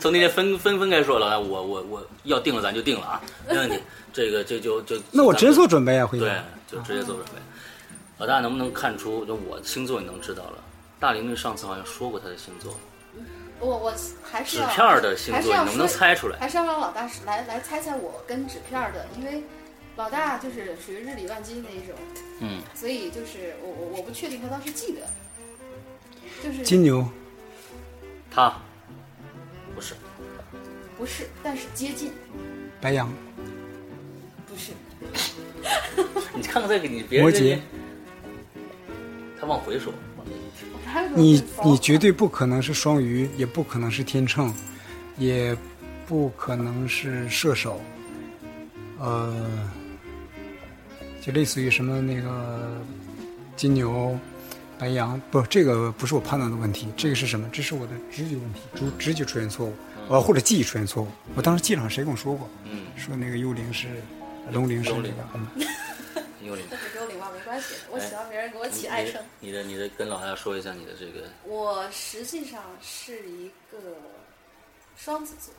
从那天分分分开说，老大我我我要定了咱就定了啊，没问题，这个这就就
<laughs> 那我
咱
真
们
做准备啊，辉哥。
对，就直接做准备。老大能不能看出，就我星座你能知道了？大玲玲上次好像说过她的星座，
我我还是
纸
要
片儿的星
还是
座
要
你能不能
说
猜出来？
还是要让老大来来猜猜我跟纸片儿的，因为老大就是属于日理万机那一种，
嗯，
所以就是我我我不确定他当时记得，就是
金牛，
她不是，
不是，但是接近，
白羊，
不是，
你看看再给你别
摩
人
羯，
他往回说，
我哪有那么
你
骚
你绝对不可能是双鱼，也不可能是天秤，也不可能是射手，呃，就类似于什么那个金牛、白羊，不，这个不是我判断的问题，这个是什么？这是我的直觉问题，直直觉出现错误，呃，或者记忆出现错误。我当时记得好像谁跟我说过，
嗯，
说那个幽灵是龙灵是
幽
那
灵
个，嗯
幽灵。
但是跟我领袜没关系，我
哎
喜欢别人给我起
你
爱称。
你的你的跟老大说一下你的这个
我实际上是一个双子座，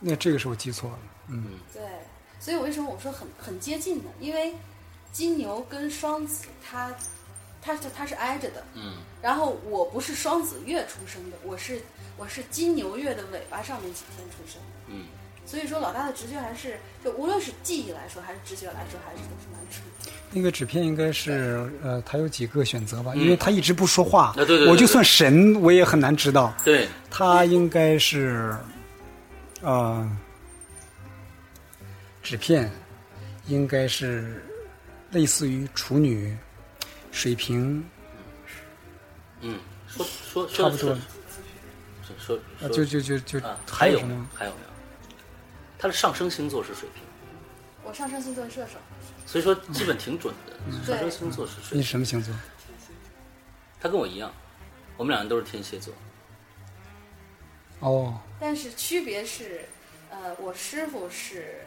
那这个是我记错了，嗯。
对，所以我为什么我说很很接近呢？因为金牛跟双子它它它它是挨着的，
嗯
然后我不是双子月出生的，我是我是金牛月的尾巴上面几天出生的，
嗯，
所以说老大的直觉还是就无论是记忆来说，还是直觉来说，还是都是蛮准的。
那个纸片应该是呃，他有几个选择吧，
嗯
因为他一直不说话，
啊对对对
我就算神我也很难知道，
对，
他应该是，呃，纸片应该是类似于处女、水瓶，
嗯，说说说
差不多
说，说说说
啊就就就就
啊，
还
有
什
没
么？
还有没有？他的上升星座是水瓶，
我上升星座是射手，
所以说基本挺准的。上升星座是水
嗯你
瓶，
什么星座？
他跟我一样，我们两人都是天蝎座。
哦，
但是区别是，呃，我师傅是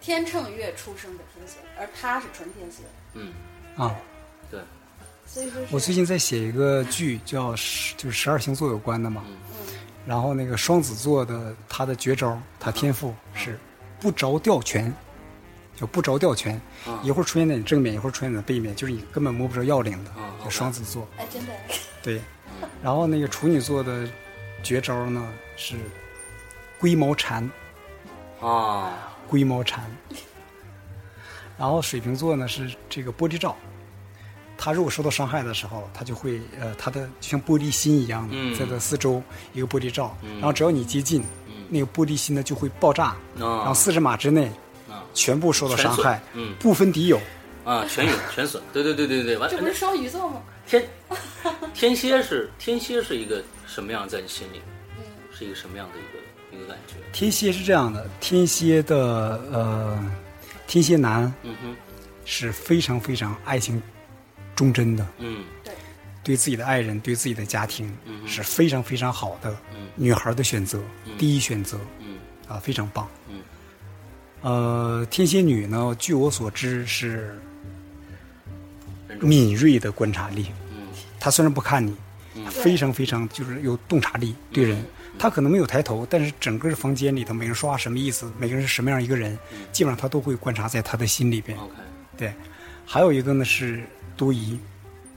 天秤月出生的天蝎，而他是纯天蝎，
嗯，
啊，
对，
所以说是
我最近在写一个剧，叫十就是十二星座有关的嘛，然后那个双子座的他的绝招，他天赋是不着调拳，叫不着调拳，
啊
一会儿出现在你正面，一会儿出现在你背面，就是你根本摸不着要领的
啊，
叫双子座。
哎，真的，
对，然后那个处女座的绝招呢是龟毛缠，
啊，
龟毛缠。然后水瓶座呢是这个玻璃罩，他如果受到伤害的时候，他就会呃，他的就像玻璃心一样的，
嗯
在它四周一个玻璃罩，然后只要你接近，那个玻璃心呢就会爆炸，
嗯啊
然后四十码之内
啊
全部受到伤害，
全损嗯
不分敌友。
啊，全有全损，对对对对对，完
这不是双鱼座吗？
天 <laughs> 天蝎是天蝎是一个什么样，在你心里是一个什么样的一个一个感觉？
天蝎是这样的，天蝎的呃，天蝎男
嗯哼，
是非常非常爱情忠贞的，
嗯
对自己的爱人、对自己的家庭
嗯
是非常非常好的
嗯
女孩的选择，第一选择
嗯
啊，非常棒。
嗯
呃，天蝎女呢，据我所知是
人中
敏锐的观察力，
嗯
她虽然不看你，她非常非常就是有洞察力对人。
嗯
她可能没有抬头，但是整个房间里头每个人说话什么意思，每个人是什么样一个人，基本上她都会观察在她的心里边。
嗯，OK，
对，还有一个呢是多疑，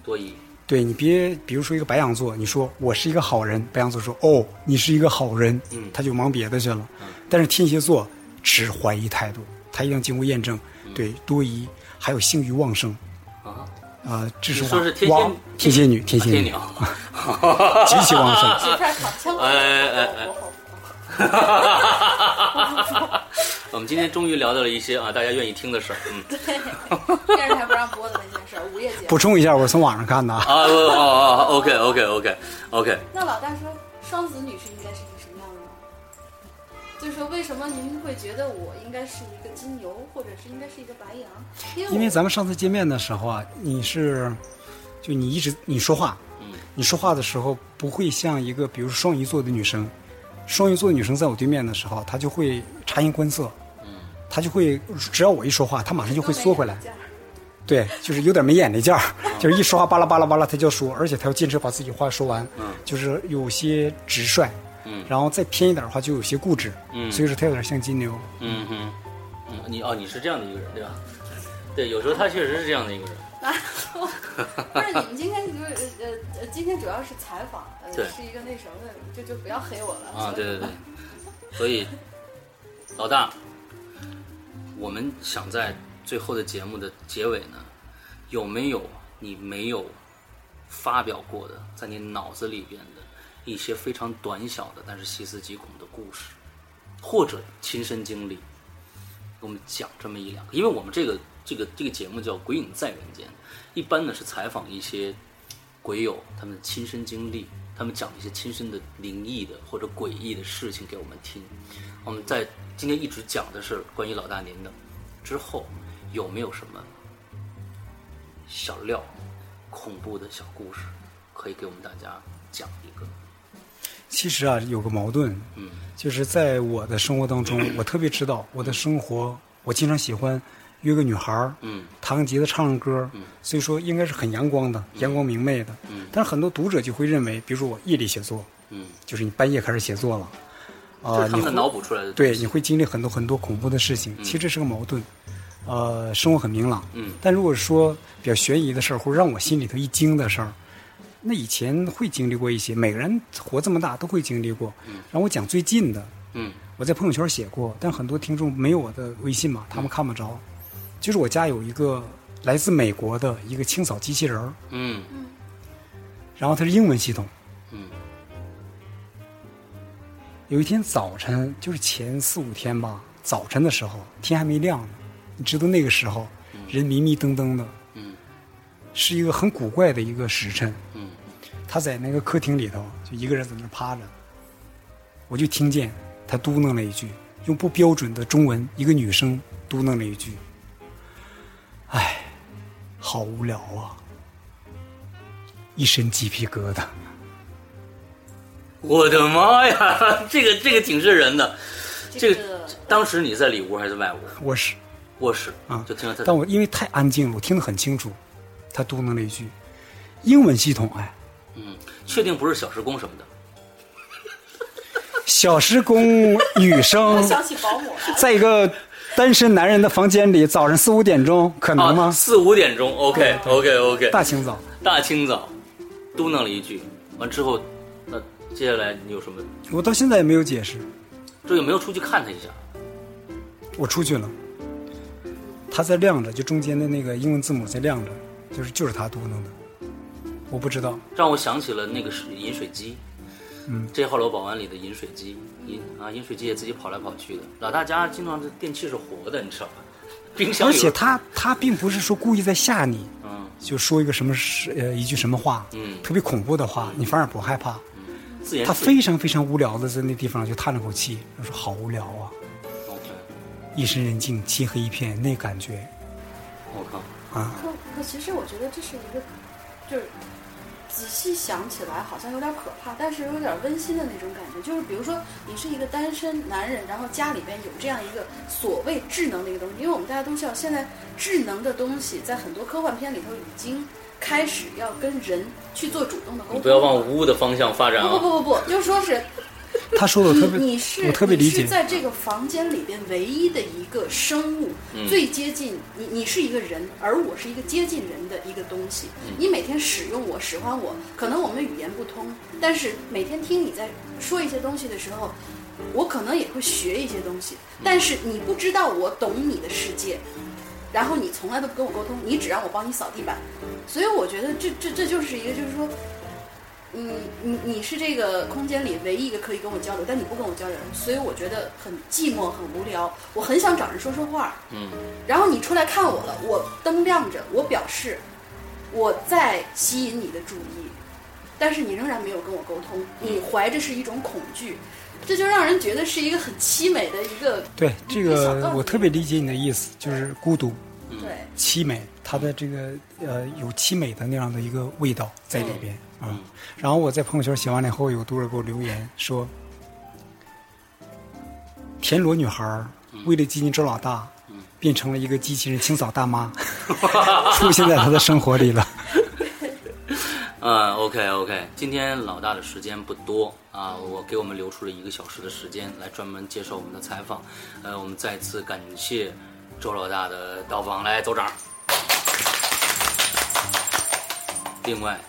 多疑，
对你别，比如说一个白羊座，你说我是一个好人，白羊座说哦，你是一个好人，
嗯
他就忙别的去了。但是天蝎座持怀疑态度，他一定要经过验证，对多疑，还有性欲旺盛，
嗯啊，
啊，这是
你说
旺
是天蝎啊
旺天蝎女，天蝎
天
<laughs> 女
鸟，
极其旺
<laughs>
盛。
这片儿躺枪了，
哎哎哎
我我我
我们今天终于聊到了一些啊大家愿意听的事儿，嗯
<laughs> 对，电视台不让播的那件事儿，午夜节目
补。充一下，我是从网上看的啊。
啊哦哦哦，OK OK OK OK，
那老大说，双子女是应该是一个什么样的呢？就是说，为什么您会觉得我应该是一个金牛，或者是应该是一个白羊？因为
因为
我
咱们上次见面的时候啊，你是，就你一直你说话，你说话的时候不会像一个比如双鱼座的女生，双鱼座的女生在我对面的时候，她就会察言观色，她就会只要我一说话，她马上就会缩回
嗯
来，对，就是有点没眼力劲儿，就是一说话巴拉巴拉巴拉，她就要说，而且她要坚持把自己话说完，就是有些直率，
嗯
然后再偏一点的话就有些固执，
嗯
所以说她有点像金牛，
嗯哼，嗯你哦你是这样的一个人对吧？对，有时候他确实是这样的一个人，
然后 <laughs> 不是你们今天就是呃呃，今天主要是采访，呃
对，
是一个那什么的，就就不要黑我了
啊，对对对，所以老大，我们想在最后的节目的结尾呢，有没有你没有发表过的，在你脑子里边的一些非常短小的，但是细思极恐的故事，或者亲身经历，给我们讲这么一两个？因为我们这个这个这个节目叫《鬼影在人间》，一般呢是采访一些鬼友他们的亲身经历，他们讲一些亲身的灵异的或者诡异的事情给我们听。我们在今天一直讲的是关于老大您的，之后有没有什么小料、恐怖的小故事可以给我们大家讲一个？
其实啊，有个矛盾，
嗯
就是在我的生活当中，我特别知道我的生活，我经常喜欢约个女孩儿，
嗯
唐吉的唱唱歌，所以说应该是很阳光的，阳光明媚的。但是很多读者就会认为，比如说我夜里写作，
嗯，
就是你半夜开始写作了，啊、
这是他们
你
的
会
脑补出来的东
对，
西。
你会经历很多很多恐怖的事情，其实这是个矛盾。呃，生活很明朗，
嗯
但如果说比较悬疑的事儿，或者让我心里头一惊的事儿，那以前会经历过一些，每个人活这么大都会经历过。嗯，然后我讲最近的，
嗯
我在朋友圈写过，但很多听众没有我的微
嗯
信嘛，他们看不着。就是我家有一个来自美国的一个清扫机器人儿，
嗯
然后它是英文系统。
嗯
有一天早晨，就是前四五天吧，早晨的时候天还没亮呢，你知道那个时候人迷迷瞪瞪的，
嗯
是一个很古怪的一个时辰。
嗯
他在那个客厅里头就一个人在那儿趴着，我就听见他嘟囔了一句，用不标准的中文，一个女生嘟囔了一句：“哎，好无聊啊！”一身鸡皮疙瘩。
我的妈呀，这个这个挺瘆人的。这
这
个
个
当时你在里屋还是外屋？
我是
卧室
啊
就听到他
但我因为太安静了，我听得很清楚，他嘟囔了一句：“英文系统，哎，
嗯，确定不是小时工什么的。
小时工女
<laughs>
生
想起保姆来了，
在一个单身男人的房间里，早上四五点钟，可能
啊，
吗？哦
四五点钟，OK OK OK，
大清早。”
大清早嘟囔了一句，完之后，那接下来你有什么？
我到现在也没有解释。
这有没有出去看他一下？
我出去了，它在亮着，就中间的那个英文字母在亮着，就是就是他嘟囔的，我不知道。
让我想起了那个是饮水机，嗯，这号楼保安里的饮水机，饮啊饮水机也自己跑来跑去的。老大家经常这电器是活的，你知道吧？冰箱
而
里有
且他他并不是说故意在吓你，
嗯
就说一个什么是呃一句什么话，
嗯
特别恐怖的话，你反而不害怕。
自言
他
自语
非常非常无聊的在那地方就叹了口气，他说好无聊啊，
，OK，
夜深人静，漆黑一片，那感觉
我靠，
啊，
可可其实我觉得这是一个，就是仔细想起来好像有点可怕，但是有点温馨的那种感觉。就是比如说你是一个单身男人，然后家里边有这样一个所谓智能的一个东西，因为我们大家都知道，现在智能的东西在很多科幻片里头已经开始要跟人去做主动的
你
沟通。
不要往污的方向发展
不不
啊！
不不不，就说是
他说的我特别，
<laughs> 你是
我特别理
你
解
是。在这个房间里边唯一的一个生物，最接近你，你是一个人，而我是一个接近人的一个东西。你每天使用我，使唤我，可能我们语言不通，但是每天听你在说一些东西的时候，我可能也会学一些东西，但是你不知道我懂你的世界。然后你从来都不跟我沟通，你只让我帮你扫地板，所以我觉得这这这就是一个，就是说，嗯，你你是这个空间里唯一一个可以跟我交流，但你不跟我交流，所以我觉得很寂寞、很无聊。我很想找人说说话，
嗯，
然后你出来看我了，我灯亮着，我表示我在吸引你的注意，但是你仍然没有跟我沟通，你怀着是一种恐惧，这就让人觉得是一个很凄美的一个
对这个我特别理解你的意思，就是孤独、
对
凄美，它的这个呃有凄美的那样的一个味道在里边啊、
嗯
然后我在朋友圈写完了以后，有读者给我留言说：“田螺女孩儿
嗯
为了基金周老大，变成了一个机器人清扫大
<laughs>
妈，出现在他的生活里了。”
嗯，OK OK，今天老大的时间不多啊，我给我们留出了一个小时的时间来专门接受我们的采访。呃，我们再次感谢周老大的到访，来走掌。另外，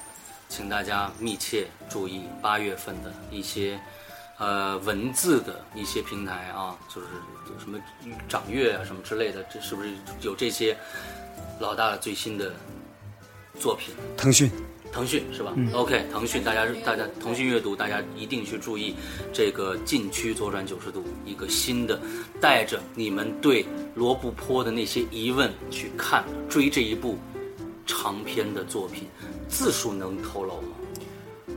请大家密切注意八月份的一些呃文字的一些平台啊，就是什么掌阅啊什么之类的，这是不是有这些老大最新的作品？
腾讯，
腾讯是吧、o k 腾讯大家大家腾讯阅读大家一定去注意这个禁区左转九十度一个新的，带着你们对罗布泊的那些疑问去看追这一部长篇的作品，字数能透露吗？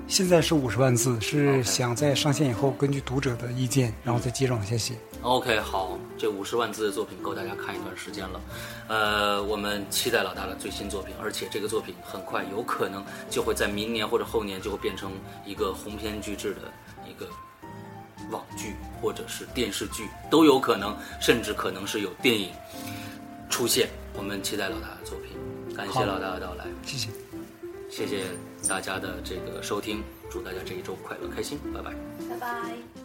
现在是五十万字，是
OK
想在上线以后根据读者的意见，然后再接着往下写。
OK，好，这五十万字的作品够大家看一段时间了。呃，我们期待老大的最新作品，而且这个作品很快有可能就会在明年或者后年就会变成一个鸿篇巨制的一个网剧或者是电视剧都有可能，甚至可能是有电影出现。我们期待老大的作品，感谢
好
老大的到来，
谢谢。
谢谢大家的这个收听，祝大家这一周快乐开心，拜拜。
拜拜。